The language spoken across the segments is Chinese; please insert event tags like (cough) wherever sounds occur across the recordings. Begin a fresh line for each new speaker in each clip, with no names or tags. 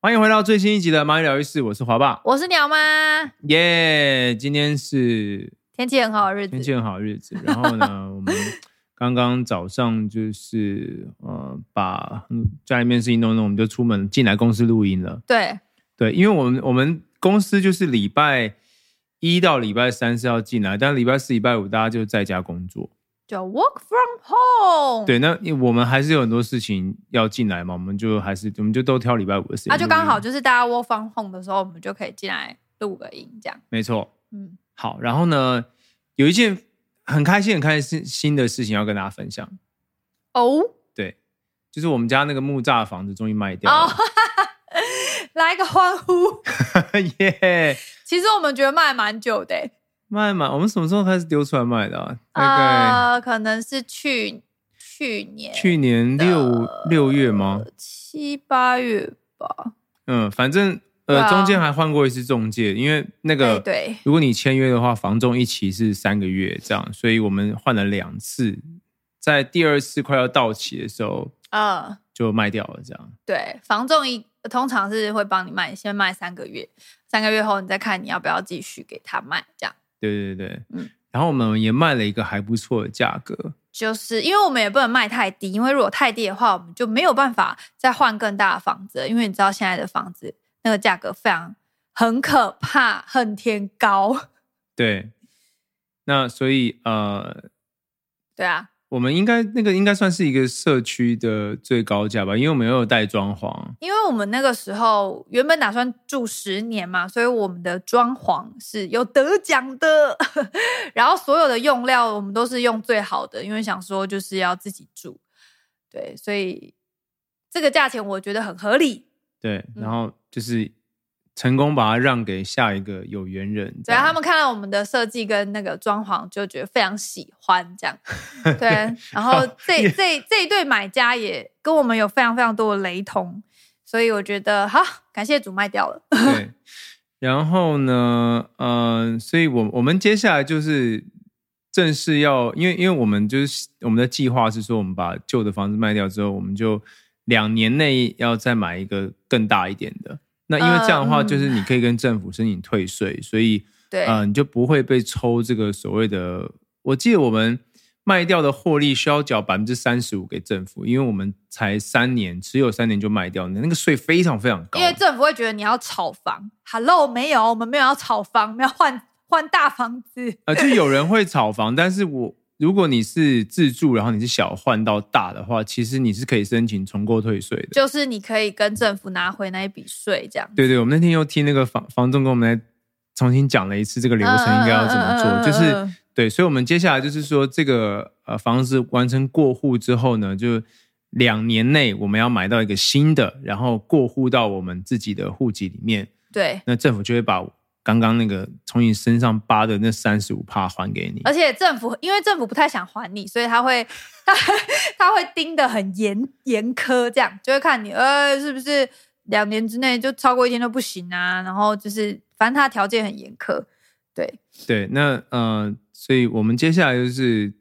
欢迎回到最新一集的《蚂蚁疗愈室》，我是华爸，
我是鸟妈，
耶、今天是
天气很好的日
天
子
气，很好的日
(laughs)
子，然后呢，我们刚刚早上就是呃，把嗯家里面事情弄一弄，我们就出门进来公司录音了。
对，
对，因为我们我们公司就是礼拜一到礼拜三是要进来，但礼拜四、礼拜五大家就在家工作。
叫 work from home，，
对，那因为我们还是有很多事情要进来嘛，我们就还是我们就都挑礼拜五的事情录音。
啊，就刚好就是大家 work from home 的时候，我们就可以进来录个音，这样，
没错。
嗯，
好，然后呢，有一件很开心、很开心新的事情要跟大家分享，
哦，
对，就是我们家那个木栅房子终于卖掉
哦， (laughs)
了，
哈哈，来个欢呼！ (laughs) 哦
(laughs) 耶！
其实我们觉得卖蛮久的、欸，
卖嘛，我们什么时候开始丢出来卖的、啊？大
呃，可能是去去年
概去年六
呃
六月吗？
七八月吧，
嗯，反正
对
呃，
啊
中间还换过一次中介，因为那
对、
个
哎对，
如果你签约的话，房仲一期是三个月这样，所以我们换了两次，在第二次快要到期的时候
嗯。
就卖掉了，这样。
对，房仲一通常是会帮你卖，先卖三个月，三个月后你再看你要不要继续给他卖，这样。
对对对，
嗯
然后我们也卖了一个还不错的价格，
就是因为我们也不能卖太低，因为如果太低的话，我们就没有办法再换更大的房子了，因为你知道现在的房子那个价格非常很可怕，恨天高。
对。那所以呃，
对啊，
我们应该那个应该算是一个社区的最高价吧，因为我们也有带装潢，
因为我们那个时候原本打算住十年嘛，所以我们的装潢是有得奖的， (laughs) 然后所有的用料我们都是用最好的，因为想说就是要自己住，对，所以这个价钱我觉得很合理。
对，
嗯
然后就是成功把它让给下一个有缘人，
对啊，他们看到我们的设计跟那个装潢，就觉得非常喜欢这样。 (laughs)
(laughs)
对，然后这这这一对买家也跟我们有非常非常多的雷同，所以我觉得好，感谢主卖掉了。
们对。 (laughs) 然后呢，嗯、呃，所以我我们接下来就是正式要，因为因为我们就是我们的计划是说，我们把旧的房子卖掉之后，我们就两年内要再买一个更大一点的。那因为这样的话，
呃嗯
就是你可以跟政府申请退税，所以
对，
呃，你就不会被抽这个所谓的。我记得我们卖掉的获利需要缴百分之三十五给政府，因为我们才三年，只有三年就卖掉，那个税非常非常高
(laughs) 因。为政府会觉得你要炒房。Hello，没有，我们没有要炒房，我们要换换大房子。
呃，就是有人会炒房，但是我如果你是自住，然后你是小换到大的话，其实你是可以申请重购退税的。
就是你可以跟政府拿回那一笔税，这样。
对对，我们那天又听那个房房仲跟我们来重新讲了一次这个流程应该要怎么做，
嗯嗯嗯嗯嗯
就是对，所以我们接下来就是说这个呃房子完成过户之后呢，就两年内我们要买到一个新的，然后过户到我们自己的户籍里面，
对，
那政府就会把刚刚那个从你身上扒的那三十五帕还给你。
而且政府因为政府不太想还你，所以他会他他会盯得很严严苛，这样就会看你呃是不是两年之内就超过一天都不行啊，然后就是反正他条件很严苛。对，
对，那呃，所以我们接下来就是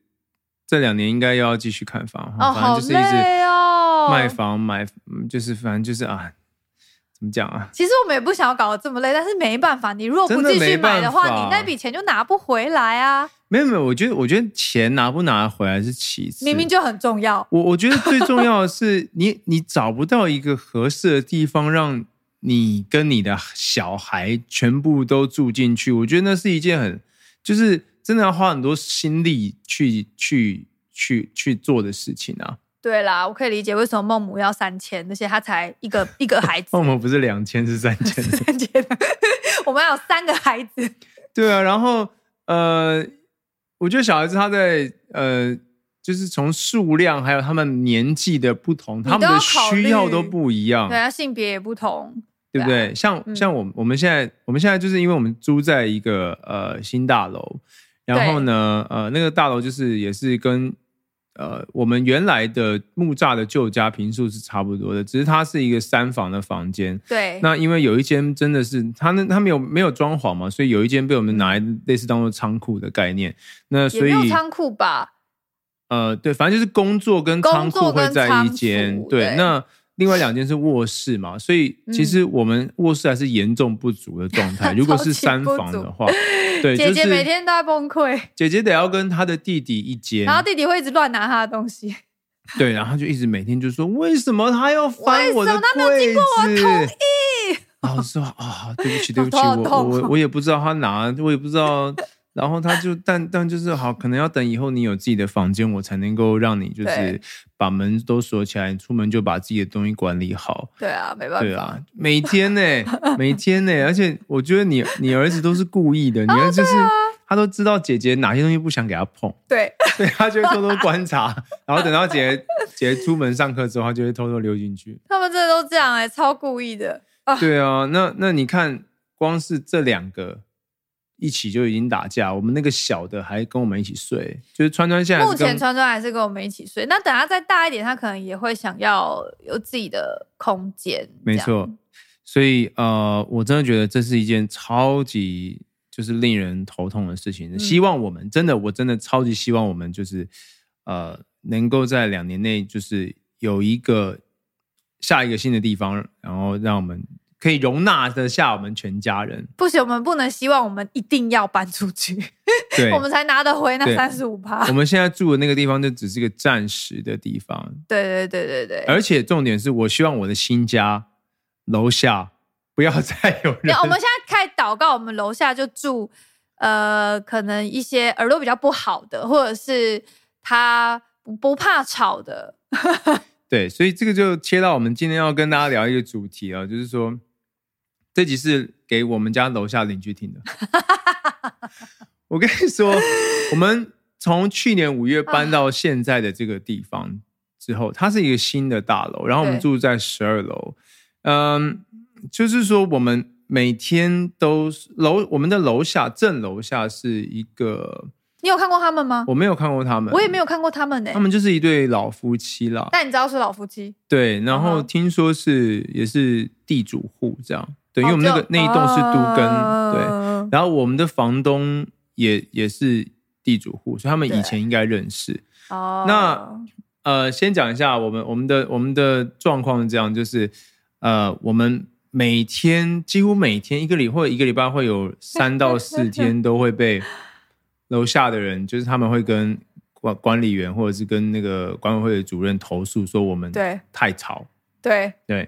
这两年应该又要继续看房，
哦
反正就是一直
好累哦
卖房买，嗯就是反正就是啊，怎么讲啊？
其实我们也不想要搞得这么累，但是没办法，你如果不
真的
继续
没办
买的话，
法
你那笔钱就拿不回来啊，
没有没有，我觉得我觉得钱拿不拿回来是其次，
明明就很重要。
我我觉得最重要的是你你找不到一个合适的地方让你跟你的小孩全部都住进去，我觉得那是一件很就是真的要花很多心力去去去去做的事情啊。
对啦，我可以理解为什么孟母要三千，而且他才一个一个孩子，
(laughs) 那我们不是两千是三
(laughs)
千，
三千，我们还有三个孩子，
对啊，然后呃，我觉得小孩子他在呃，就是从数量还有他们年纪的不同，
你都
他
要
们的
考虑啊
需要都不一样
对。啊，性别也不同，
对不对？像、
嗯
像我们我们现在我们现在就是因为我们租在一个呃新大楼，然后呢呃那个大楼就是也是跟呃我们原来的木栅的旧家平数是差不多的，只是它是一个三房的房间。
对，
那因为有一间真的是他那他没有没有装潢嘛，所以有一间被我们拿来类似当做仓库的概念。那
嗯也
所
没
以
有仓库吧？
呃，对，反正就是工作跟仓
工
库
作跟
会在一间
仓，库
对，
对嗯
那。另外两间是卧室嘛，所以其实我们卧室还是严重不足的状
(laughs)
态。
超级
如果是三房的话，对，
姐姐
就是
每天都在崩溃，
姐姐得要跟她的弟弟一间，
然后弟弟会一直乱拿他的东西。
(laughs) 对，然后就一直每天就说为什么他要翻
为
我
什
的
么他没有
柜
经
子
过？我
(laughs)
同
意。然后我说啊，对不起，对不 (laughs) 起，
头好
我
痛
我我也不知道他拿，我也不知道。然后他就，但但就是好，可能要等以后你有自己的房间，我才能够让你就是
对
把门都锁起来，你出门就把自己的东西管理好。
对啊，没办法。
对啊，每天 (laughs) 呢、每天呢、而且我觉得你你儿子都是故意的，你儿子就是、他都知道姐姐哪些东西不想给他碰，
对
(laughs) 所以他就会偷偷观察，然后等到姐姐出门上课之后，他就会偷偷溜进去。
他们真的都这样哎、超故意的。
对啊，那那你看，光是这两个一起就已经打架，我们那个小的还跟我们一起睡，就是川川现在
目
是跟
前川川还是跟我们一起睡，那等他再大一点，他可能也会想要有自己的空间。
没
这样，
错，所以呃，我真的觉得这是一件超级就是令人头痛的事情。
嗯
希望我们真的，我真的超级希望我们就是呃，能够在两年内就是有一个下一个新的地方，然后让我们可以容纳得下我们全家人。
不行，我们不能希望我们一定要搬出去，
对，
(laughs) 我们才拿得回那
对
三十五趴
我。们现在住的那个地方就只是一个暂时的地方，
对对对对对。
而且重点是我希望我的新家楼下不要 (laughs) 再有人
那我们现在开始祷告，我们楼下就住呃，可能一些耳朵比较不好的，或者是他不不怕吵的，
对，所以这个就切到我们今天要跟大家聊一个主题啊，就是说这集是给我们家楼下邻居听的。我跟你说，我们从去年五月搬到现在的这个地方之后，它是一个新的大楼，然后我们
对
住在十二楼。嗯，就是说我们每天都是楼，我们的楼下正楼下是一个，
你有看过他们吗？
我没有看过他们，
我也没有，看过他们呢、
他们就是一对老夫妻啦。
但你知道是老夫妻，
对，然后
嗯哼
听说是、也是地主户这样，对，因为我们
哦
那个、
就
那一栋是都根，对，
哦
然后我们的房东也也是地主户，所以他们以
对
前应该认识。
哦，
那呃，先讲一下我们我们的我们的状况是这样，就是呃，我们每天几乎每天一个礼或一个礼拜会有三到四天都会被楼下的人，就是他们会跟管管理员或者是跟那个管委会的主任投诉说我们
对
太吵，
对
对，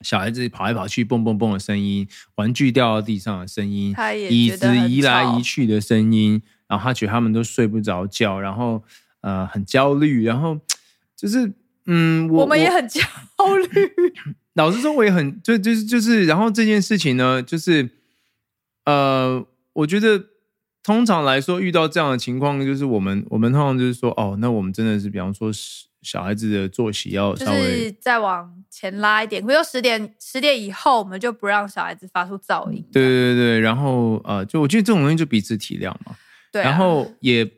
小孩子跑来跑去、蹦蹦蹦的声音，玩具掉到地上的声音
他，也
椅
觉得
子
很
移来
吵
移去的声音，然后他觉得他们都睡不着觉，然后呃很焦虑，然后就是嗯，我
我们也很焦虑，
老实说，我也很就就是就是，然后这件事情呢，就是呃，我觉得通常来说，遇到这样的情况，就是我们我们通常就是说，哦，那我们真的是，比方说是小孩子的作息要
就
稍微、
是再往前拉一点，比如十点十点以后，我们就不让小孩子发出噪音。
对对对，然后呃，就我觉得这种东西就彼此体谅嘛，
对啊，
然后也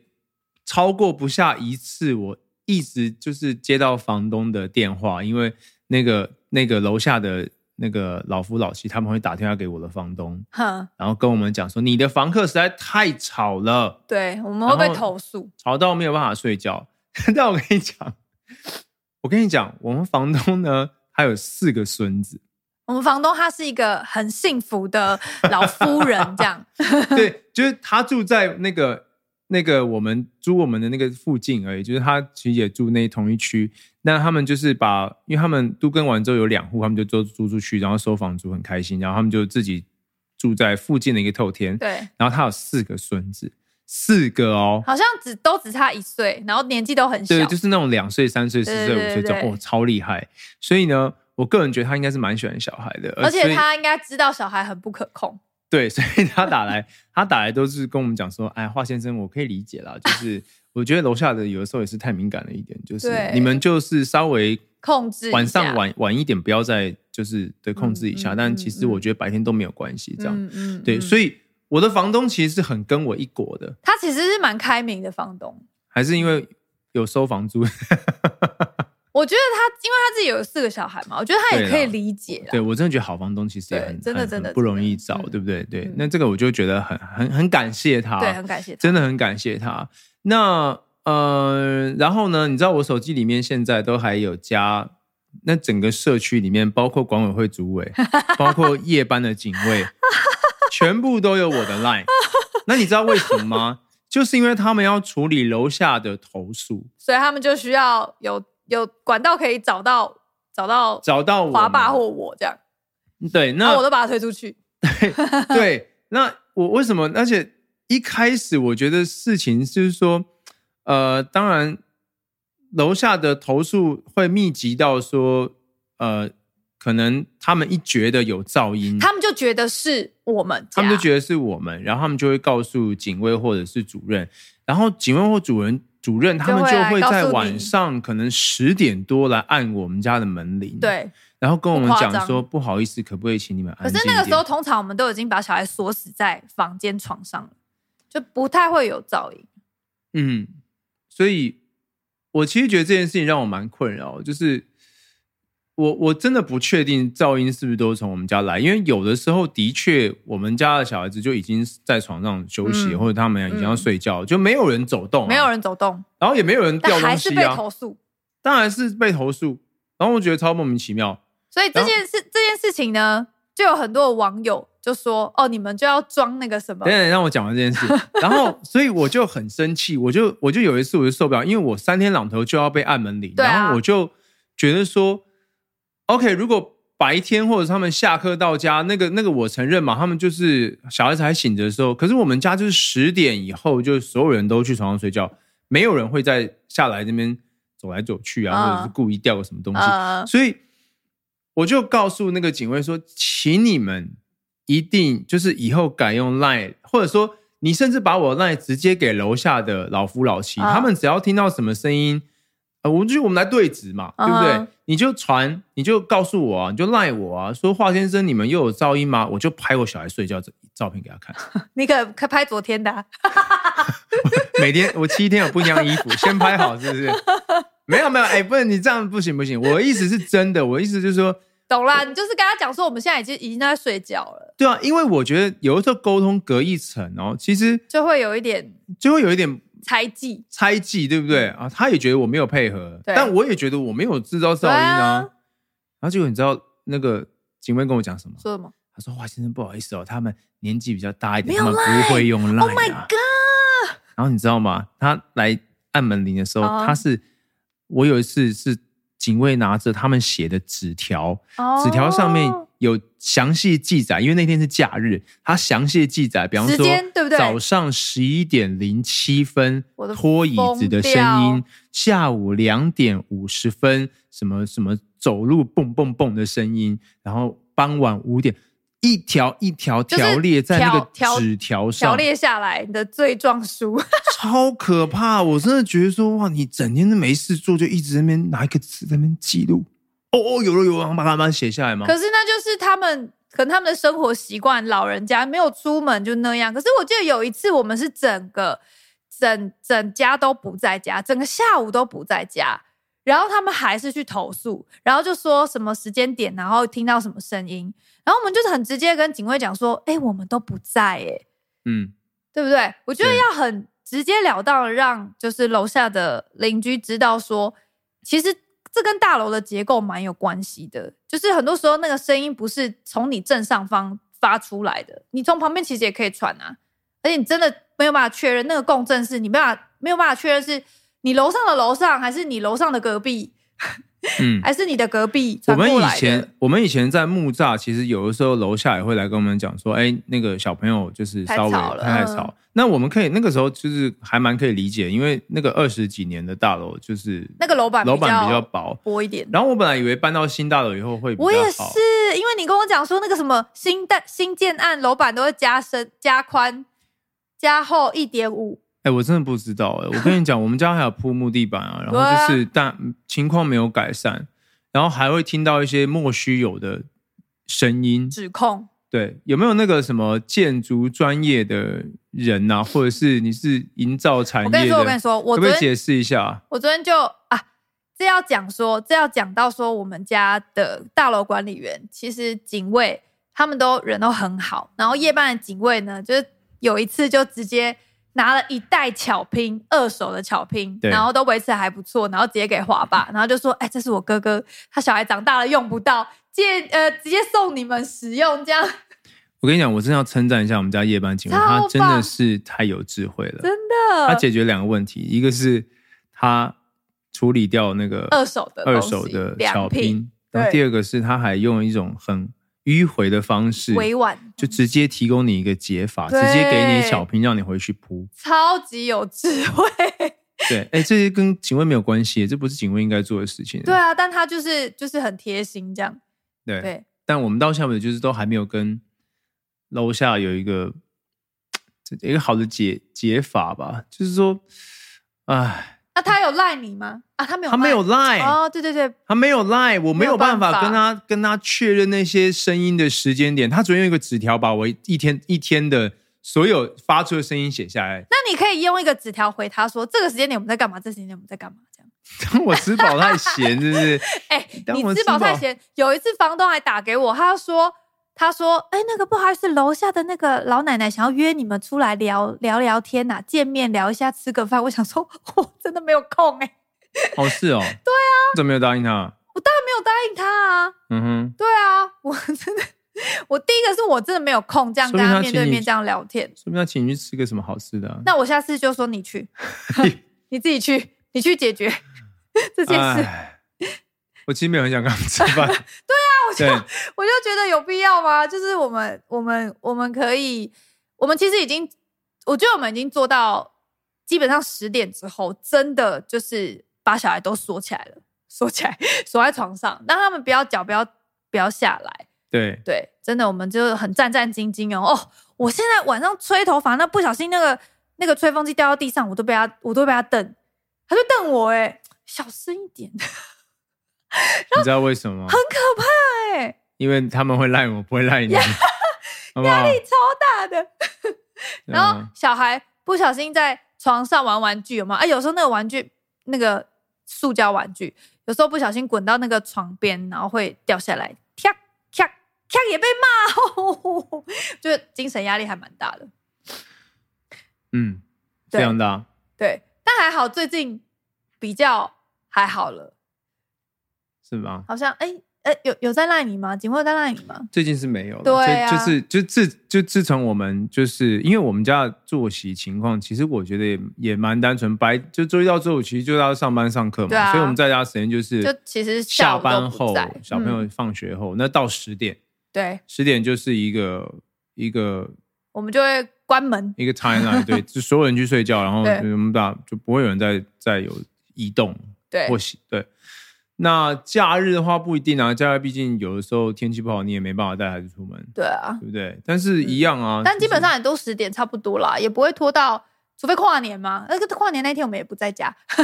超过不下一次，我一直就是接到房东的电话，因为那个那个楼下的那个老夫老妻他们会打电话给我的房东，
哼，
然后跟我们讲说你的房客实在太吵了，
对，我们会被
然后
投诉。
吵到没有办法睡觉。 (laughs) 但我跟你讲，我跟你讲，我们房东呢，他有四个孙子。
我们房东他是一个很幸福的老夫
(laughs)
人，这样 (laughs)
对，就是他住在那个那个我们租我们的那个附近而已，就是他其实也住那同一区。那他们就是把，因为他们都跟完之后有两户，他们就都租出去，然后收房租很开心，然后他们就自己住在附近的一个透天。 (laughs)
对，
然后他有四个孙子，四个哦，
好像只都只差一岁，然后年纪都很小，
对，就是那种两岁、三岁、四岁、
对
五
对
岁这
对对
种，哦，超厉害。所以呢，我个人觉得他应该是蛮喜欢小孩的，
而
所
且
以
他应该知道小孩很不可控，
对，所以他打来，他打来都是跟我们讲说，哎，华先生，我可以理解啦，就是
(laughs)
我觉得楼下的有的时候也是太敏感了一点，就是
对
你们就是稍微
控制一下
晚上晚晚一点不要再就是的控制一下，
嗯嗯
但其实我觉得白天都没有关系，这样、
嗯嗯
对，所
以
以我的房东其实是很跟我一国的，
他其实是蛮开明的房东。
还是因
嗯
为有收房租，
啊我觉得他，因为他自己有四个小孩嘛，我觉得他也可以理解
(laughs)
啦。
对我真的觉得好房东其实也
对
很
真的
很
真的
很不容易
真
找
的，嗯
对不对？对
嗯，
那这个我就觉得很很很感谢他，
对，很感谢他。
啊真的很感谢他。那呃，然后呢，你知道我手机里面现在都还有加那整个社区里面，包括管委会主委，包括夜班的警卫， (laughs) 全部都有我的 line。那你知道为什么吗？就是因为他们要处理楼下的投诉，
所以他们就需要有有管道可以找到找到
找到我
华爸
们
或我这样，
对，那
然后我都把他推出去。嗯
对，那我为什么？而且一开始我觉得事情就是说，呃，当然楼下的投诉会密集到说，呃，可能他们一觉得有噪音，
他们就觉得是我们，
嗯他们就觉得是我们，然后他们就会告诉警卫或者是主任，然后警卫或主任主任他们
就会
就
来
会
告
在
诉你
晚上可能十点多来按我们家的门铃，
得，对。
然后跟我们
不夸
讲
张
说不好意思，可不可以请你们安
可
静
是
一点？
那个时候，通常我们都已经把小孩锁死在房间床上了，就不太会有噪音。
嗯，所以我其实觉得这件事情让我蛮困扰，就是我我真的不确定噪音是不是都从我们家来，因为有的时候的确我们家的小孩子就已经在床上休息，
嗯
或者他们已经要睡觉，就没有人走动、啊
没有，人走动，
然后也没有人掉
但还
东
是
西
被
啊，
投诉。
当然是被投诉。然后我觉得超莫名其妙，
所以这件
哦
事这件事情呢，就有很多网友就说：“哦，你们就要装那个什么
等。等，让我讲完这件
(laughs)
事，然后所以我就很生气，我就我就有一次我就受不了，因为我三天两头就要被按门铃，
对啊
然后我就觉得说，OK，如果白天或者是他们下课到家，那个那个我承认嘛，他们就是小孩子还醒着的时候，可是我们家就是十点以后，就所有人都去床上睡觉，没有人会再下来这边走来走去啊，
嗯
或者是故意掉个什么东西，
呃，
所以我就告诉那个警卫说，请你们一定就是以后改用 Line，或者说你甚至把我 Line 直接给楼下的老夫老妻，
啊
他们只要听到什么声音，呃，我们就我们来对质嘛，对不
嗯
对
哼？
你就传，你就告诉我啊，你就赖我啊，说华先生你们又有噪音吗？我就拍我小孩睡觉的照片给他看， (laughs)
你可可拍昨天的啊、 (laughs)
每天我七天有不一样的衣服，先拍好是不是？没有没有，哎、不能你这样不行不行，我的意思是真的，我的意思就是说。
懂啦？你就是跟他讲说，我们现在已经已经在睡觉了，
对啊，因为我觉得有的时候沟通隔一层哦，其实
就会有一点
就会有一点
猜忌。
猜忌，对不对啊？他也觉得我没有配合，
嗯对
但我也觉得我没有制造噪音啊。
对
然后结果你知道那个警卫跟我讲什么？
说什么
他说：“华先生，不好意思哦，他们年纪比较大一
没
点，他
有
们
line
不会用 line、啊。
？Oh my god！
然后你知道吗？他来按门铃的时候，
哦
他是我有一次是警卫拿着他们写的纸条，
哦
纸条上面有详细记载，因为那天是假日，他详细记载，比方说
时间对不对
早上十一点零七分
我都
拖椅子的声
疯
音
掉，
下午两点五十分什么什么走路蹦蹦蹦的声音，然后傍晚五点。一条一条
就是
条列在那个
条条
纸条上，
条列下来你的罪状书，
超可怕！我真的觉得说，哇，你整天都没事做，就一直在那边拿一个纸在那边记录。哦哦，有了有了，然后把它把它写下来嘛。
可是那就是他们。可能他们的生活习惯，老人家没有出门就那样。可是我记得有一次，我们是整个整整家都不在家，整个下午都不在家，然后他们还是去投诉，然后就说什么时间点，然后听到什么声音，然后我们就是很直接跟警卫讲说：“哎、我们都不在、哎，
嗯，
对不对？我觉得
对
要很直截了当的让就是楼下的邻居知道说，其实这跟大楼的结构蛮有关系的。就是很多时候那个声音不是从你正上方发出来的，你从旁边其实也可以传啊。而且你真的没有办法确认那个共振是你没办法没有办法确认是你楼上的楼上，还是你楼上的隔壁，
嗯，
还是你的隔壁
我
传
们
过
以
来的
前。我们以前在木栅，其实有的时候楼下也会来跟我们讲说，哎，那个小朋友就是稍微
太吵了嗯
太吵。那我们可以那个时候就是还蛮可以理解，因为那个二十几年的大楼就是
那个楼板
楼板
比
比
较
较薄。
薄一点，
然后我本来以为搬到新大楼以后会比较好，
我也是，因为你跟我讲说那个什么新的新建案楼板都会加深、加宽、加厚一点五，
哎、我真的不知
啊
道哎、我跟你讲，我们家还有铺木地板啊，然后就是但情况没有改善，然后还会听到一些莫须有的声音。
指控
对，有没有那个什么建筑专业的人呐、或者是你是营造产业
我
的？
跟你说，我跟你说，我
可不
昨
可以
天
解释一下？
我昨天就啊，这要讲说，这要讲到说，我们家的大楼管理员其实警卫他们都人都很好，然后夜班的警卫呢，就是有一次就直接拿了一袋巧拼，二手的巧拼，
对
然后都维持得还不错，然后直接给华爸，然后就说，哎，这是我哥哥，他小孩长大了用不到，借呃直接送你们使用，这样
我跟你讲，我真的要称赞一下我们家夜班警卫，
超棒
他真的是太有智慧了。
真的
他解决两个问题，一个是他处理掉那个
二手的
二
东西
手的
良
巧
品
拼，然后
对
第二个是他还用一种很迂回的方式，
委婉，
就直接提供你一个解法，直
对
接给你巧拼，让你回去铺。
超级有智
嗯
慧。 (laughs)
对，哎，这些跟警卫没有关系，这不是警卫应该做的事情。
对啊，但他就是就是很贴心这样。
对
对，
但我们到现在为止就是都还没有跟楼下有一个一个好的解解法吧，就是说，哎，
那他有赖你吗？啊，他没有，
他没有。赖，
哦，对对对，
他没有赖，我没有办法跟
没有
他跟他确认那些声音的时间点。他昨天用一个纸条把我一天一天的所有发出的声音写下来， (laughs)
那你可以用一个纸条回他说，这个时间点我们在干嘛，这个时间点我们在干嘛这样。
当我吃饱太闲，是不是？
哎、
当我
你
吃
吃饱
饱
太闲。有一次房东还打给我，他说。他说：“哎、那个不好意思，楼下的那个老奶奶想要约你们出来聊聊聊天呐、见面聊一下，吃个饭。”我想说， (laughs) 我真的没有空哎、
哦，是哦，对啊，怎么没有答应他？
我当然没有答应他啊。
嗯哼，
对啊，我真的，我第一个是我真的没有空这样跟
说明
他
他
面对
请你
面这样聊天。
说不定他请你去吃个什么好吃的啊、
那我下次就说
(laughs)
你去，你自己去，你去解决这件事。
哎，我其实没有很想跟他们吃
(laughs)
饭。对
就
啊，
我就觉得有必要吗？就是我们，我们，我们可以，我们其实已经，我觉得我们已经做到基本上十点之后，真的就是把小孩都锁起来了，锁起来，锁在床上，让他们不要脚不要不要下来。
对
对，真的，我们就很战战兢兢哦。哦，我现在晚上吹头发，那不小心那个那个吹风机掉到地上，我都被他，我都被他瞪，他就瞪我、哎，小声一点，很
你知道为什么吗？
可怕、哎，
因为他们会赖我，不会赖你，好不好？
(laughs) 超大的。然后
嗯
小孩不小心在床上玩玩具，有吗？啊，有时候那个玩具，那个塑胶玩具，有时候不小心滚到那个床边，然后会掉下来，啪啪啪也被骂，哦， (laughs) 就精神压力还蛮大的。
嗯，
对
非常大。
对，但还好最近比较还好了，
是吗？
好像哎哎、有有在赖你吗？警卫有在赖你吗？
最近是没有了，
对啊
就就是就自就自从我们就是因为我们家的作息情况，其实我觉得也也蛮单纯，白就周一到周五其实就要上班上课嘛，
对啊
所以我们在家时间就是
就其实下
下
午都
班
不
后
在嗯
小朋友放学后，那到十点，
对，
十点就是一个一个
我们就会关门。
一个 timeline，对，
(laughs)
就所有人去睡觉，然后
对
就我们把就不会有人再再有移动
对
或洗对。那假日的话不一定啊，假日毕竟有的时候天气不好，你也没办法带孩子出门，
对啊，
对不对？但是一样啊，
但基本
就是
上也都十点差不多啦，也不会拖到，除非跨年嘛。那个跨年那天我们也不在家， (laughs)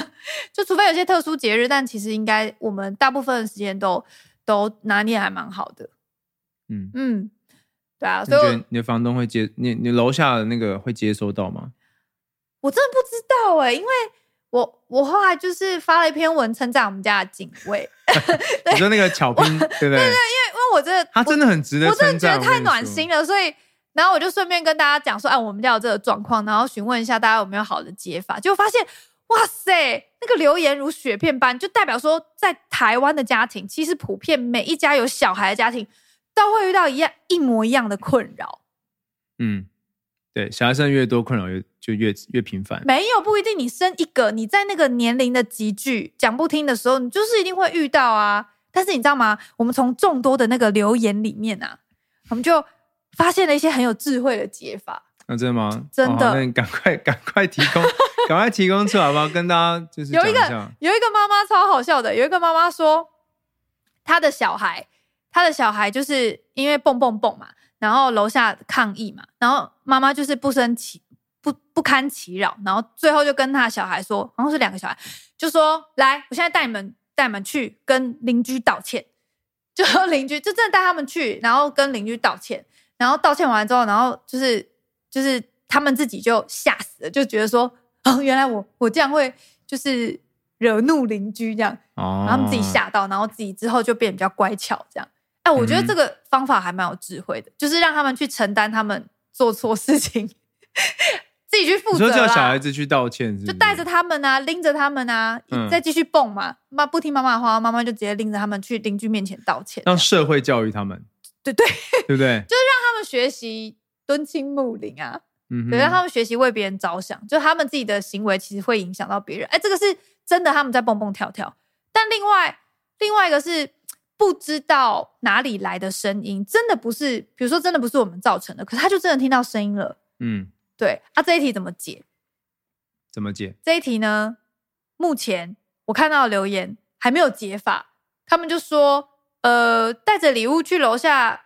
就除非有些特殊节日，但其实应该我们大部分的时间都都拿捏还蛮好的。
嗯，
嗯，对啊，
你
所以
觉
我
得你的房东会接你你楼下的那个会接收到吗？
我真的不知道哎、因为我我后来就是发了一篇文称赞我们家的警卫，因
你说那个巧拼，对不对？
为我真的
他真的很值得
我真
称
的觉
赞，
得太
跟你说
暖心了，所以然后我就顺便跟大家讲说，哎，我们家有这个状况，然后询问一下大家有没有好的解法，结果发现。哇塞，那个留言如雪片般，就代表说，在台湾的家庭，其实普遍每一家有小孩的家庭，都会遇到一样一模一样的困扰。
嗯，对，小孩生越多，困扰越就越越频繁，
没有不一定，你生一个，你在那个年龄的集聚讲不听的时候，你就是一定会遇到啊。但是你知道吗？我们从众多的那个留言里面啊，我们就发现了一些很有智慧的解法。
那、真的吗？
真的
哦好那你赶快 (laughs) 赶快提
(laughs)
供，赶快提供出来好不好？跟大家就是
有
讲
一个
下
有一个妈妈超好笑的，有一个妈妈说，她的小孩，她的小孩就是因为蹦蹦蹦嘛，然后楼下抗议嘛，然后妈妈就是不生其不不堪其扰，然后最后就跟她小孩说，好像是两个小孩，就说来，我现在带你们带你们去跟邻居道歉，就邻居就真的带他们去，然后跟邻居道歉，然后道歉完之后，然后就是就是他们自己就吓死了，就觉得说， (laughs) 哦，原来我我这样会就是惹怒邻居这样，
哦
然后他们自己吓到，然后自己之后就变得比较乖巧这样。哎，我觉得
嗯
这个方法还蛮有智慧的，就是让他们去承担他们做错事情， (laughs) 自己去负
你
责
说叫
啦。
小孩子去道歉是不是
就带着他们啊，拎着他们啊，
嗯
再继续蹦嘛。妈不听妈妈的话，妈妈就直接拎着他们去邻居面前道歉，
让社会教育他们，
对对，
对不
(laughs)
对？
他们学习敦亲睦邻啊，
嗯哼，
对，让他们学习为别人着想，就他们自己的行为其实会影响到别人。哎，这个是真的，他们在蹦蹦跳跳。但另外另外一个是不知道哪里来的声音，真的不是，比如说真的不是我们造成的，可是他就真的听到声音了。
嗯，
对，啊，这一题怎么解？
怎么解？
这一题呢，目前我看到的留言还没有解法，他们就说，呃，带着礼物去楼下，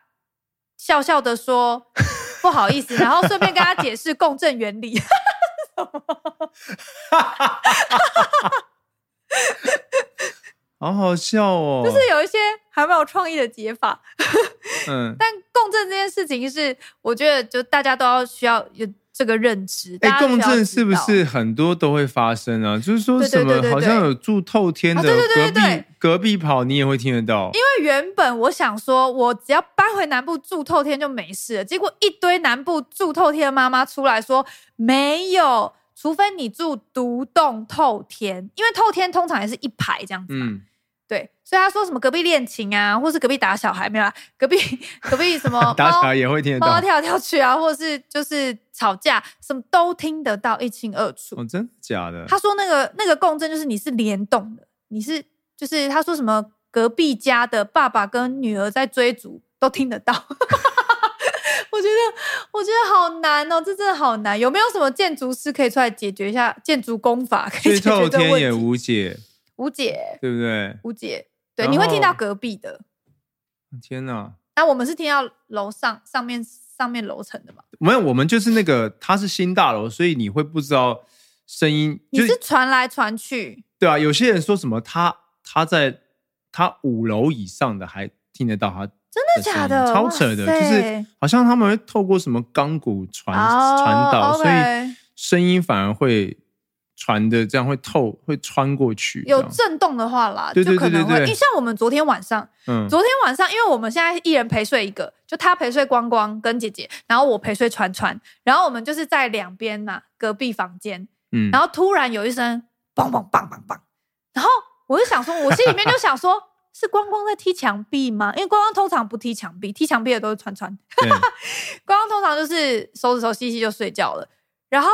笑笑的说 (laughs) 不好意思，然后顺便跟他解释共振原理。
好好笑哦，
就是有一些还蛮有创意的解法，
嗯，
但共振这件事情是，我觉得就大家都要需要有这个认知。
哎
大，家都需
共
要
振是不
知道
是很多都会发生啊？就是说
对
什
对
么
对对
好像有住透天的，
哦对对
隔
对对对
壁隔壁跑你也会听得到，
因为原本我想说，我只要搬回南部住透天就没事了，结果一堆南部住透天的妈妈出来说没有，除非你住独栋透天，因为透天通常也是一排这样子嘛。
嗯，
对，所以他说什么隔壁恋情啊，或是隔壁打小孩没有啦，隔壁隔壁什
(laughs)
么
打小
猫
孩也会听得
猫
到，
跳来跳去啊，或是就是吵架，什么都听得到一清二楚。
哦，真的假的？
他说那个那个共振就是你是联动的，你是就是他说什么隔壁家的爸爸跟女儿在追逐都听得到。 (laughs) 我觉得我觉得好难哦，这真的好难。有没有什么建筑师可以出来解决一下建筑工法可以
去
解决
透
这个
天
问
也
题？
无解，
无解，
对不对？
无解。对，
然
你会听到
后
隔壁的，
天哪！
那我们是听到楼上上面上面楼层的嘛？
没有，我们就是那个，它是新大楼，所以你会不知道声音，
你
就是
传来传去，
对啊。有些人说什么他他在他五楼以上的还听得到他，真的
真的假
声音
的？
超扯的，
哇
就
塞
是好像他们会透过什么钢骨传、
哦
传导，所
OK
以声音反而会传的，这样会透会穿过去，
有
这样
震动的话啦，
对对
就可
对对
能会。
对
因为像我们昨天晚上，
嗯
昨天晚上，因为我们现在一人陪睡一个，就他陪睡光光跟姐姐，然后我陪睡川川，然后我们就是在两边嘛、隔壁房间，
嗯，
然后突然有一声梆梆梆梆梆，然后我就想说，我心里面就想说，是光光在踢墙壁吗？因为光光通常不踢墙壁，踢墙壁的都是川川。
对
光光通常就是收拾收拾吸吸就睡觉了，然后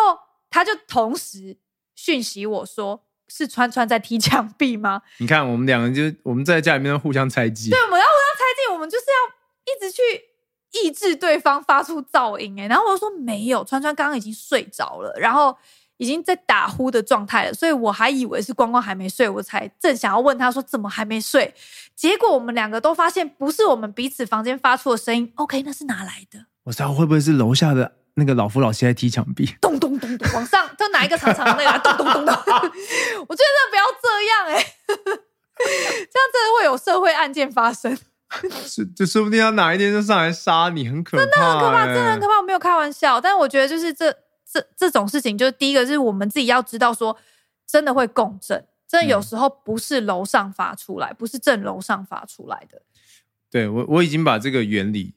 他就同时讯息我说：“是川川在踢墙壁吗
你看我们两个就我们在家里面互相猜忌，？”
对，我们啊要互相猜忌，我们就是要一直去抑制对方发出噪音、欸。哎，然后我就说没有，川川刚刚已经睡着了，然后已经在打呼的状态了，所以我还以为是光光还没睡，我才正想要问他说怎么还没睡，结果我们两个都发现不是我们彼此房间发出的声音，OK，那是哪来的？
我知道会不会是楼下的那个老夫老妻在踢墙壁。
咚咚咚咚往上，就拿一个长长的那个来咚咚咚咚。我觉得不要这样哎、 (laughs) 这样真的会有社会案件发生，
是，就说不定他哪一天就上来杀你，很可怕、哎真的很
很可怕，真的很可怕，我没有开玩笑。但我觉得就是这这这种事情，就是第一个是我们自己要知道说，真的会共振，真的
嗯
有时候不是楼上发出来，不是正楼上发出来的。
嗯对我，我已经把这个原理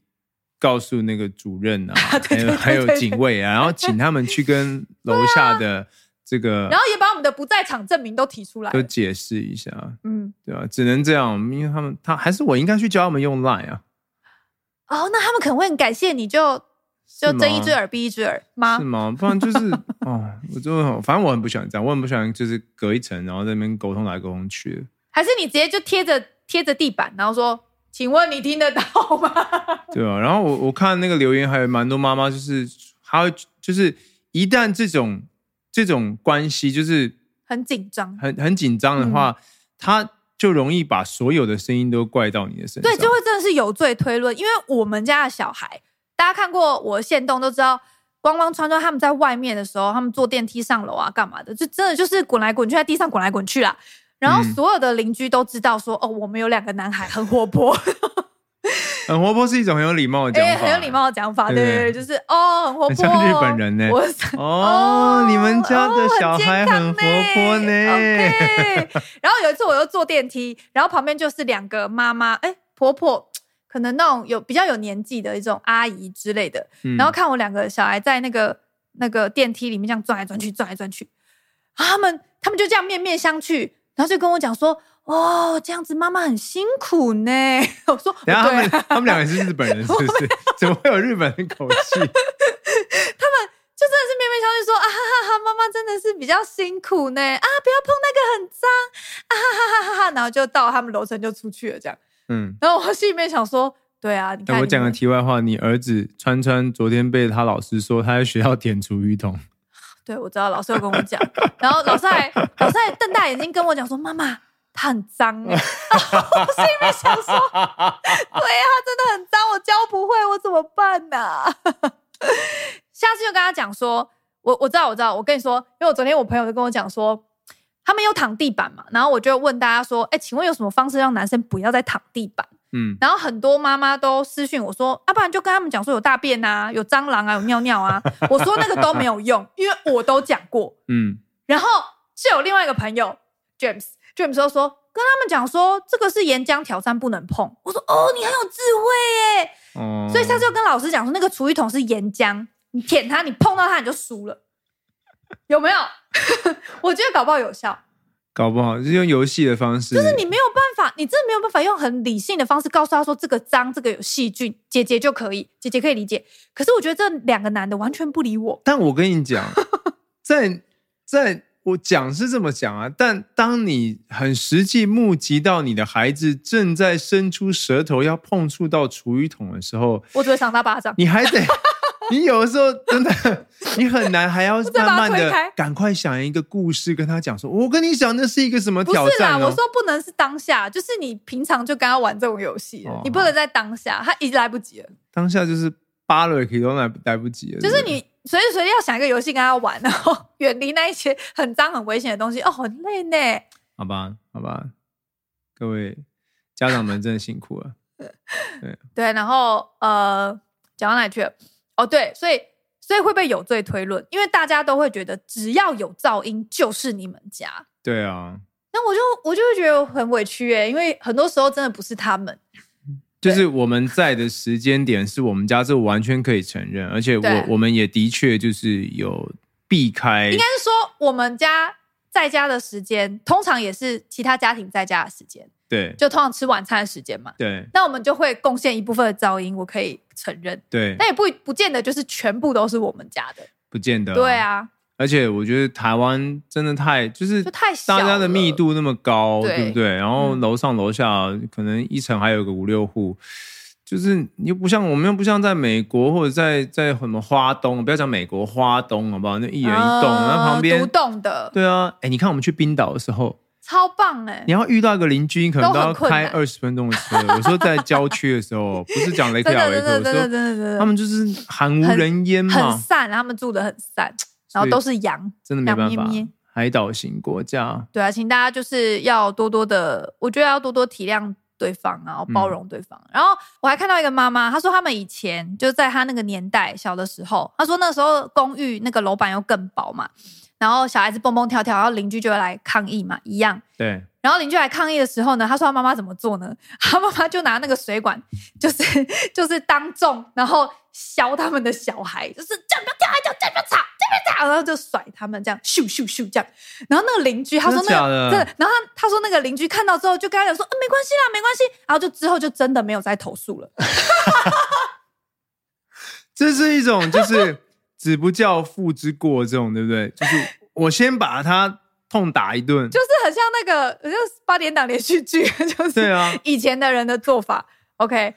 告诉那个主任
(laughs)
啊，还
对对
有
对
还有
对对啊
警卫啊，然后请他们去跟楼下的这个
然后也把我们的不在场证明都提出来
都
了，
解释一下，
嗯，
对吧、啊只能这样，因为他们他还是我应该去教他们用 Line 啊，
哦，那他们可能会很感谢你就，就是
吗
睁一只耳闭一只耳吗
是？吗？不然就是哦，我就很反正我很不喜欢这样，我很不喜欢就是隔一层，然后在那边沟通来沟通去的。
还是你直接就贴着贴着地板，然后说：“请问你听得到吗 (laughs)
(laughs) 对啊，然后我我看那个留言还有蛮多妈妈，就是她会就是一旦这种这种关系就是？”
很紧张，
很很紧张的话，
嗯
她就容易把所有的声音都怪到你的身上。
对，就会真的是有罪推论。因为我们家的小孩，大家看过我的线动都知道，光光、川川他们在外面的时候，他们坐电梯上楼啊，干嘛的，就真的就是滚来滚去，在地上滚来滚去啦。然后
嗯
所有的邻居都知道说，哦，我们有两个
(laughs)
男孩很活泼，
很活泼是一种很有礼貌的讲
哎、
法，
很有礼。貌的讲法，
对
对对对，就是哦，很活
很
泼哦，
像日本人呢
我
哦，你们家的小孩很活泼呢。
OK，然 (laughs) 后有一次我又坐电梯，然后旁边就是两个妈妈，哎，婆婆，可能那种有比较有年纪的一种阿姨之类的，
嗯
然后看我两个小孩在那个那个电梯里面这样转来转去，转来转去，啊，他们他们就这样面面相觑，然后就跟我讲说。哦，这样子妈妈很辛苦呢。 (laughs) 我说，
等一下他
对啊
们 (laughs) 他们两个是日本人，
(laughs)
是不是？怎么会有日本人口气？
就真的是面面相觑说啊哈哈哈，妈妈真的是比较辛苦呢啊，不要碰那个很脏啊哈哈哈哈哈，然后就到他们楼层就出去了这样。
嗯，
然后我心里面想说，对啊，你
那
看
哎我
你
讲个
们
题外话，你儿子川川昨天被他老师说他在学校舔厨余桶，
对我知道老师有跟我讲，然后老师还老师还瞪大眼睛跟我讲说，妈妈。他很脏哎、 (laughs) 然后我心里面想说，对啊，真的很脏，我教不会，我怎么办呢、 (laughs) 下次就跟他讲说，我我知道我知道，我跟你说，因为我昨天我朋友就跟我讲说，他们有躺地板嘛，然后我就问大家说，哎、请问有什么方式让男生不要再躺地板？
嗯，
然后很多妈妈都私讯我说，啊要、不然就跟他们讲说有大便啊，有蟑螂啊，有尿尿啊。我说那个都没有用，因为我都讲过。
嗯，
然后是有另外一个朋友 James James 就说跟他们讲说这个是岩浆挑战不能碰。我说哦，你很有智慧耶。
哦，
所以下次就跟老师讲说那个厨余桶是岩浆，你舔它，你碰到它你就输了，有没有？ (laughs) 我觉得搞不好有效，
搞不好是用游戏的方式，
就是你没有办法，你真的没有办法用很理性的方式告诉他说这个脏，这个有细菌，姐姐就可以，姐姐可以理解。可是我觉得这两个男的完全不理我，
但我跟你
(laughs)
讲，在在我讲是这么讲啊，但当你很实际目击到你的孩子正在伸出舌头要碰触到厨余桶的时候，
我只会赏他巴掌。
你还
(laughs)
得，你有的时候真的，你很难，还要
把它
慢慢
推开
的赶快想一个故事跟他讲说，我跟你讲那是一个什么
不
挑
是啦，
战
我
哦。
说不能是当下，就是你平常就跟他玩这种游戏了，
哦
你不能在当下，他已经来不及了。
当下就是扒了，可以都来来不及了。
就是
对不对
你随时随地要想一个游戏跟他玩，然后 (laughs) 远离那一些很脏很危险的东西，哦，很累呢。
好吧，好吧，各位家长们真的辛苦了。
对，然后呃，讲到哪里去了？哦，对，所以所以会被有罪推论，因为大家都会觉得只要有噪音就是你们家，
对啊，
那我就我就会觉得很委屈耶，因为很多时候真的不是他们，
就是我们在的时间点是我们家这完全可以承认，而且
对
我我们也的确就是有避开
应该是说我们家在家的时间，通常也是其他家庭在家的时间，
对
就通常吃晚餐的时间嘛。
对
那我们就会贡献一部分的噪音，我可以承认，
对，
但也不不见得就是全部都是我们家的。
不见得
对，啊，
而且我觉得台湾真的太就是
就太小
大
了
家的密度那么高，
对
对不对？然后
嗯
楼上楼下可能一层还有个五六户，就是你又不像我们又不像在美国或者在在什么花东，不要讲美国花东好不好？那一
一
人一栋，那、旁
啊呃独
边
栋的，
对啊，哎，你看我们去冰岛的时候，
超棒哎、
你要遇到一个邻居，你可能
都
都
很
要
困
开
难
二十分钟的车。我说在郊区的时候，不是讲雷克
真
雅
的
维
(laughs) 真
克，
的
我
真的真
说
的真的，
他们就是罕无人烟
很
嘛，
散，他们住的很散，然
所
后
以
都是羊。
真的没办
两
法
咩咩。
海岛型国家，
对啊，请大家就是要多多的，我觉得要多多体谅对方，啊然后包容对方。然后我还看到一个妈妈，她说他们以前就在她那个年代小的时候，她说那时候公寓那个楼板又更薄嘛，然后小孩子蹦蹦跳跳，然后邻居就会来抗议嘛，一样。
对，
然后邻居来抗议的时候呢，他说他妈妈怎么做呢？ (laughs) 他妈妈就拿那个水管，就是 (laughs) 就是当众，然后削他们的小孩，就是这样不要跳，这样这样不要吵，这样不要吵，然后就甩他们这样咻咻咻这样。然后那个邻居他说
真的
那
假
个
的
然后他他说那个邻居看到之后就跟他讲说、呃、没关系啦，没关系，然后就之后就真的没有再投诉了。 (laughs)
这是一种就是 (laughs) 子不教父之过这种，对不对？就是我先把他痛打一顿，
就是很像那个就是八点档连续剧， (laughs) 就
对
是
啊，
以前的人的做法。OK，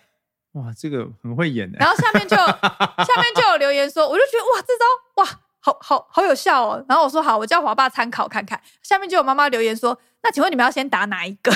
哇，这个很会演欸的
然，后下面就下面就有留言说，我就觉得哇，这招哇，好好好有效哦。然后我说好，我叫华爸参考看看。下面就有妈妈留言说，那请问你们要先打哪一个？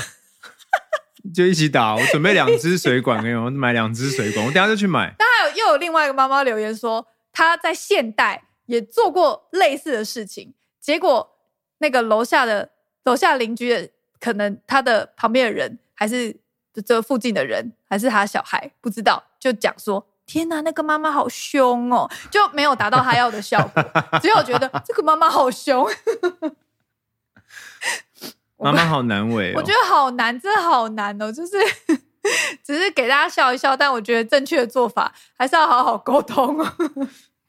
就一起打。我准备两支水管给你，我买两支水管，我等一下就去买。
还有又有另外一个妈妈留言说，她在现代也做过类似的事情，结果那个楼下的楼下邻居的可能他的旁边的人，还是就这附近的人，还是他小孩，不知道，就讲说。天呐，那个妈妈好凶哦，就没有达到他要的效
(laughs)
果，只有觉得这个妈妈好凶。 (laughs)
妈妈好难为、哦，
我觉得好难，真的好难哦。就是 (laughs) 只是给大家笑一笑，但我觉得正确的做法还是要好好沟通
(laughs)
哦。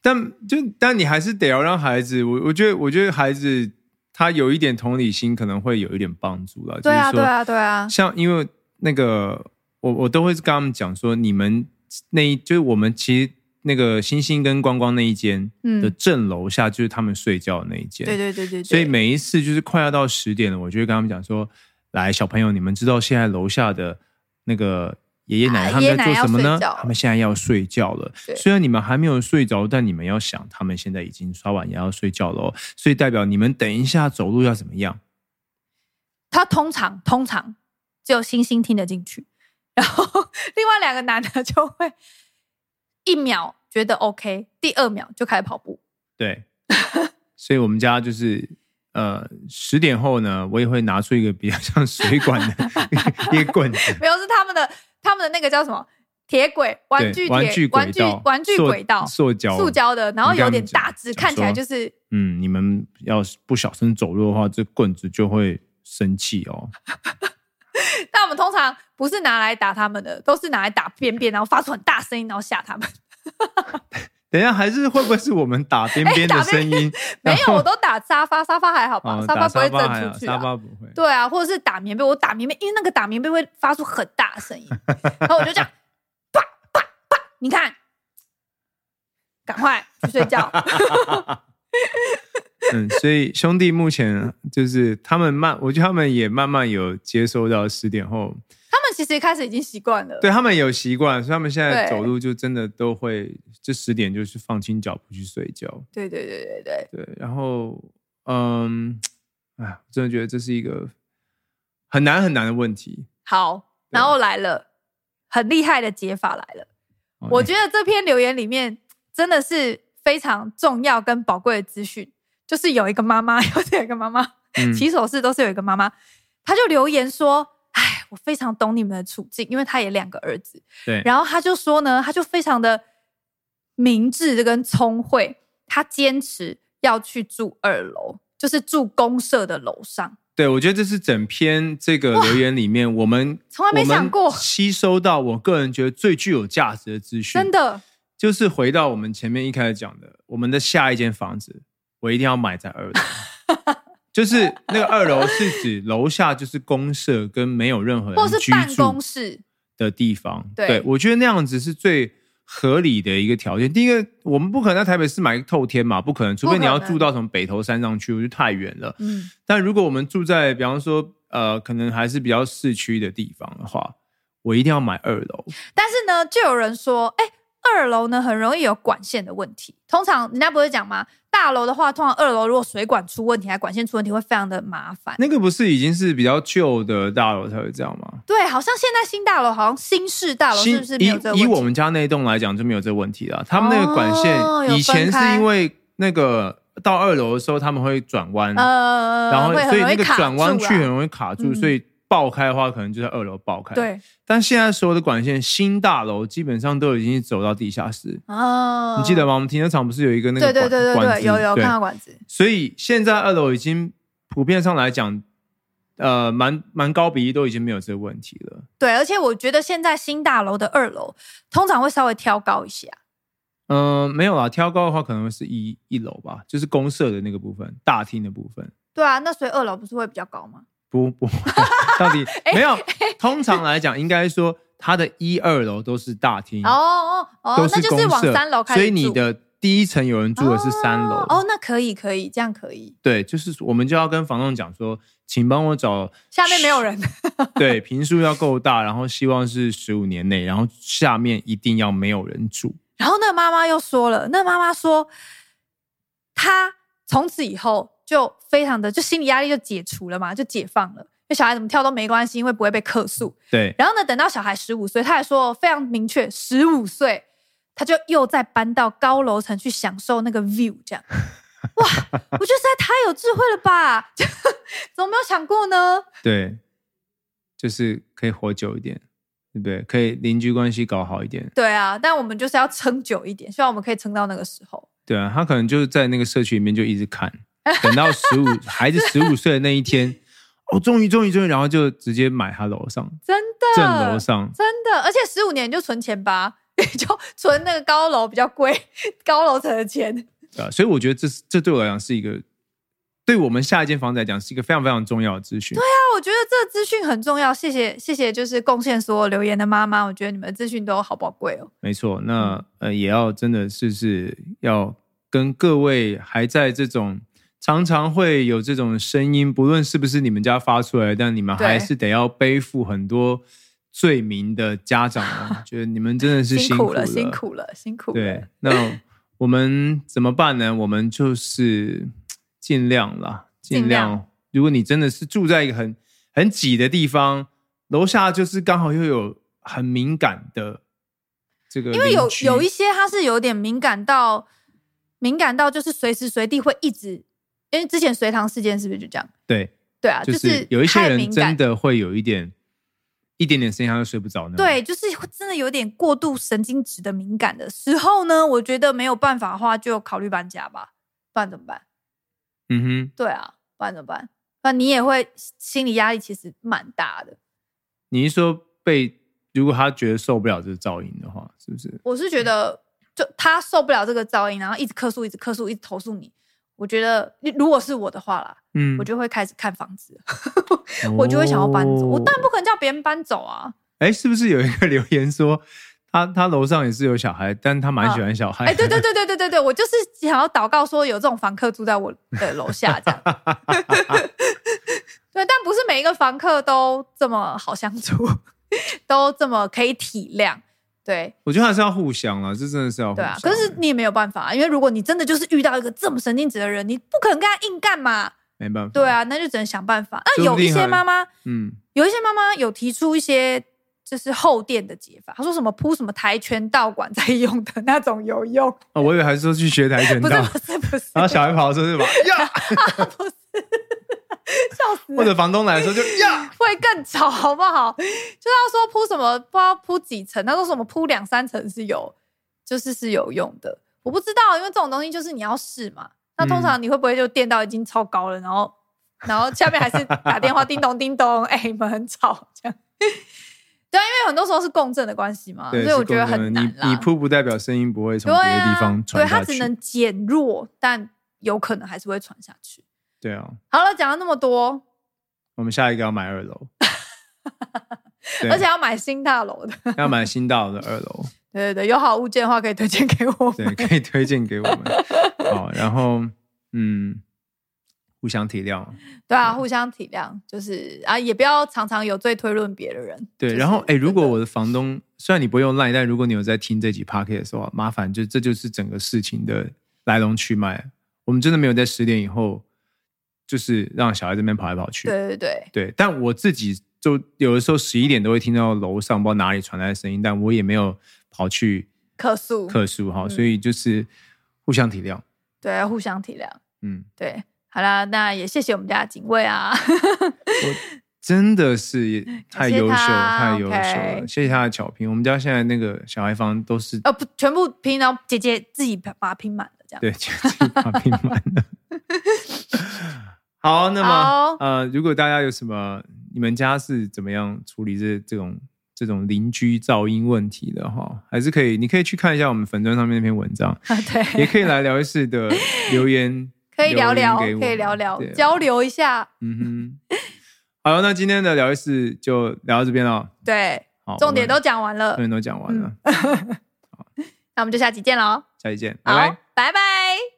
但就但你还是得要让孩子，我我觉得我觉得孩子他有一点同理心，可能会有一点帮助了。
对啊，
就是
对
说
啊，对啊，
像因为那个我我都会跟他们讲说，你们那一就是我们其实那个星星跟光光那一间
嗯
的正楼下就是他们睡觉的那一间，
对对对对对。
所以每一次就是快要到十点了，我就会跟他们讲说，来小朋友，你们知道现在楼下的那个。爷爷奶奶
啊
他
爷爷
们在
奶奶
做
要
什么呢
睡觉了？
他们现在要睡觉了。
对
虽然你们还没有睡着，但你们要想，他们现在已经刷完牙要睡觉了哦，所以代表你们等一下走路要怎么样？
他通常通常只有星星听得进去，然后另外两个男的就会一秒觉得 OK，第二秒就开始跑步。 (laughs)
对，所以我们家就是呃十点后呢，我也会拿出一个比较像水管的 (laughs) 一个棍子，
没有，是他们的他们的那个叫什么铁轨玩具
对玩具
铁
轨
玩具
道、
玩具
塑
轨道
塑胶、
塑。胶的，然后
你跟
有
他们
点大
讲
只，
讲
看起来
说
就是
嗯，你们要是不小心走路的话，这棍子就会生气哦。
但我们通常不是拿来打他们的，都是拿来打便便，然后发出很大声音，然后吓他们。 (laughs)
等一下，还是会不会是我们打边边
哎
的
打
声
边
音？
(laughs) 没
然
有，
后
我都打沙发，沙发还好吧？
哦
沙
打
发不会
沙
震
发还好
出去、
沙
啊。
发不会。
对啊，或者是打棉被，我打棉被，因为那个打棉被会发出很大的声音，然后我就这样啪啪啪，你看，赶快去睡觉。 (laughs)
嗯，所以兄弟目前就是他们慢，我觉得他们也慢慢有接收到十点后
他们其实开始已经习惯了，
对他们有习惯，所以他们现在
对
走路就真的都会，就十点就是放轻脚步去睡觉。
对对对对对，
对，然后嗯，哎，我真的觉得这是一个很难很难的问题。
好，
对
然后来了，很厉害的解法来了。
哦
我觉得这篇留言里面真的是非常重要跟宝贵的资讯，就是有一个妈妈， (laughs) 又是有一个妈妈，
嗯
起手式都是有一个妈妈，她就留言说：“哎，我非常懂你们的处境，因为她也两个儿子。”
对，
然后她就说呢，她就非常的明智跟聪慧，她坚持要去住二楼，就是住公社的楼上，
对我觉得这是整篇这个留言里面我们
从来没
我们
想过
吸收到我个人觉得最具有价值的资讯。
真的。
就是回到我们前面一开始讲的，我们的下一间房子，我一定要买在
(laughs)
二楼。就是那个二楼是指楼下就是公社跟没有任何
或
人
是
居
办
住
公室，
的地方。
对
我觉得那样子是最合理的一个条件。第一个，我们不可能在台北市买个透天嘛，不可能，除非你要
不可能
住到什么北投山上去，我觉得太远了。
嗯，
但如果我们住在，比方说，呃，可能还是比较市区的地方的话，我一定要买二楼。
但是呢，就有人说，哎、二楼呢很容易有管线的问题。通常人家不是讲吗？大楼的话，通常二楼如果水管出问题，还管线出问题，会非常的麻烦。
那个不是已经是比较旧的大楼才会这样吗？
对，好像现在新大楼，好像新式大楼
新
是不是没有这个问
以
题？
以我们家那一栋来讲就没有这个问题了。他们那个管线、
哦有
以前
分开
是因为那个到二楼的时候他们会转弯，
呃，
然后
会
所
很
以
容
那
易
个
卡
转弯
住
区
啊
很容易卡住，
嗯
所以爆开的话可能就在二楼爆开。，
对
但现在所有的管线新大楼基本上都已经走到地下室，
啊，
哎你记得吗？我们停车场不是有一个那个
对？
管
对对对对
管
对，
子
有有
对
看到管子，
所以现在二楼已经普遍上来讲，呃，蛮蛮高比例都已经没有这个问题了。
对，而且我觉得现在新大楼的二楼通常会稍微挑高一些。啊
嗯，没有啦，挑高的话可能会是一一楼吧，就是公社的那个部分，大厅的部分。
对啊，那所以二楼不是会比较高吗？
不不，到
(laughs)
底
哎
没有。通常来讲，应该说它的一二楼都是大厅，
哦哦哦
嗯都，
那
是
就
公
是往
社，
三楼开始
所以你
住
的第一层有人住的是三楼。
哦哦，那可以可以，这样可以。
对，就是我们就要跟房东讲说，请帮我找
下面没有人，
(laughs) 对平数要够大，然后希望是十五年内，然后下面一定要没有人住。
然后那个妈妈又说了，那个妈妈说，她从此以后就非常的，就心理压力就解除了嘛，就解放了，因为小孩怎么跳都没关系，因为不会被客诉。
对，
然后呢，等到小孩十五岁，她还说非常明确，十五岁，她就又再搬到高楼层去享受那个 view，这样。哇，我觉得实在太有智慧了吧？怎么没有想过呢？
对，就是可以活久一点，对不对？可以邻居关系搞好一点。
对啊，但我们就是要撑久一点，希望我们可以撑到那个时候。
对啊，他可能就是在那个社区里面就一直看，等到十五孩子十五岁的那一天，哦，终于终于终于，然后就直接买他楼上
真的，
正楼上，
真的，而且十五年就存钱吧， (laughs) 你就存那个高楼比较贵， (laughs) 高楼层的钱。
对啊，所以我觉得这是这对我来讲是一个，对我们下一间房子来讲是一个非常非常重要的资讯。对啊，
那我觉得这资讯很重要，谢谢谢谢，就是贡献所有留言的妈妈，我觉得你们的资讯都好宝贵哦。
没错。那、呃，也要真的是是要跟各位还在这种常常会有这种声音，不论是不是你们家发出来的，但你们
对
还是得要背负很多罪名的家长
(laughs)
哦，觉得你们真的是
辛
苦
了，辛苦了，辛苦
对
了。，
那我们怎么办呢？我们就是尽量啦，尽
尽量
量。如果你真的是住在一个很很挤的地方，楼下就是刚好又有很敏感的这个邻居，
因为有有一些他是有点敏感到，敏感到就是随时随地会一直，因为之前隋唐事件是不是就这样？
对，
对啊，
就是有一些
太
人
敏
真
感，
的会有一点一点点声音他就睡不着呢。
对，就是真的有点过度神经质的敏感的时候呢，我觉得没有办法的话，就考虑搬家吧，不然怎么办？
嗯哼，
对啊，不然怎么办？那你也会心理压力其实蛮大的。
你一说被如果他觉得受不了这个噪音的话，是不是？
我是觉得，就他受不了这个噪音，然后一直客诉，一直客诉，一直投诉你。我觉得，如果是我的话啦，
嗯，哦
我就会开始看房子，我就会想要搬走。我当然不可能叫别人搬走啊！
哎，是不是有一个留言说他他楼上也是有小孩，但他蛮喜欢小孩？
哎，对对，对对对对对，我就是想要祷告说有这种房客住在我的楼下这样。 (laughs) 对，但不是每一个房客都这么好相处，都这么可以体谅。对，
我觉得还是要互相了，这哦真的是要互
对
相
啊，可是你也没有办法、啊，因为如果你真的就是遇到一个这么神经质的人，你不可能跟他硬干嘛。
没办法，
对，啊，那就只能想办法。那
说不
有
定
一些
还
妈妈，
嗯，
有一些妈妈有提出一些就是后殿的解法，她说什么铺什么跆拳道馆在用的那种有用，
哦，我以为还是说去学跆拳
不
道
是，不是不是，
然后小孩跑的时候就
(laughs)
把呀，
笑死
或
人
者房东来的
(laughs)
时候就呀，
会更吵，好不好？ (laughs) 就是要说铺什么，不知道铺几层，他说什么铺两三层是有，就是是有用的。我不知道，因为这种东西就是你要试嘛。那通
嗯
常你会不会就电到已经超高了，然后 (laughs) 然后下面还是打电话叮咚叮咚， (laughs) 哎、你们很吵这样。 (laughs) 对啊，因为很多时候是共振的关系啊嘛，所
对，
以我觉得
是共
很
鸣的
难啦。
你你铺不代表声音不会从
对
别的地
啊
方，
对，
传
它
下
只
去，
能减弱，但有可能还是会传下去。
对啊，
好了，讲了那么多，
我们下一个要买二楼，对
(laughs) 而且要买新大楼的。
要买新大楼的二楼，
对对对，有好物件的话可以推荐给我
对，
们。
可以推荐给我
(laughs)
们，好，然后嗯，互相体谅。
对啊，互相体谅，就是啊，也不要常常有罪推论别的人。
对，
就是
然后哎，诶如果
真的
我的房东虽然你不用 line，但如果你有在听这集 p o c k e t 的时候啊，麻烦就这就是整个事情的来龙去脉。我们真的没有在十点以后，就是让小孩这边跑来跑去。
对对对，
对但我自己就有的时候十一点都会听到楼上不知道哪里传来的声音，但我也没有跑去
客诉，
客诉哈，
嗯
所以就是互相体谅。
对，互相体谅，
嗯，
对。好啦，那也谢谢我们家的警卫啊， (laughs)
真的是太优秀，
感
太
谢
优
他
秀了
OK
谢谢他的巧评。我们家现在那个小孩房都是
呃，不，全部拼，然后姐姐自己把它拼满了，这样。
对，就是
(laughs)
把拼满了。好，那么
好
呃，如果大家有什么，你们家是怎么样处理这这种这种邻居噪音问题的哈？还是可以，你可以去看一下我们粉砖上面那篇文章，
啊，对，，
也可以来聊一室的留言
可以聊聊，
留言给我
可以聊聊，
对啊
交流一下。
嗯哼。 (laughs) 好，那今天的聊一室就聊到这边了。
对，
好，
重点
我
都
们嗯
讲完了嗯
重，点都讲完了，
那我们就下期见喽。
下期见，拜
(laughs) 好
拜。，
拜拜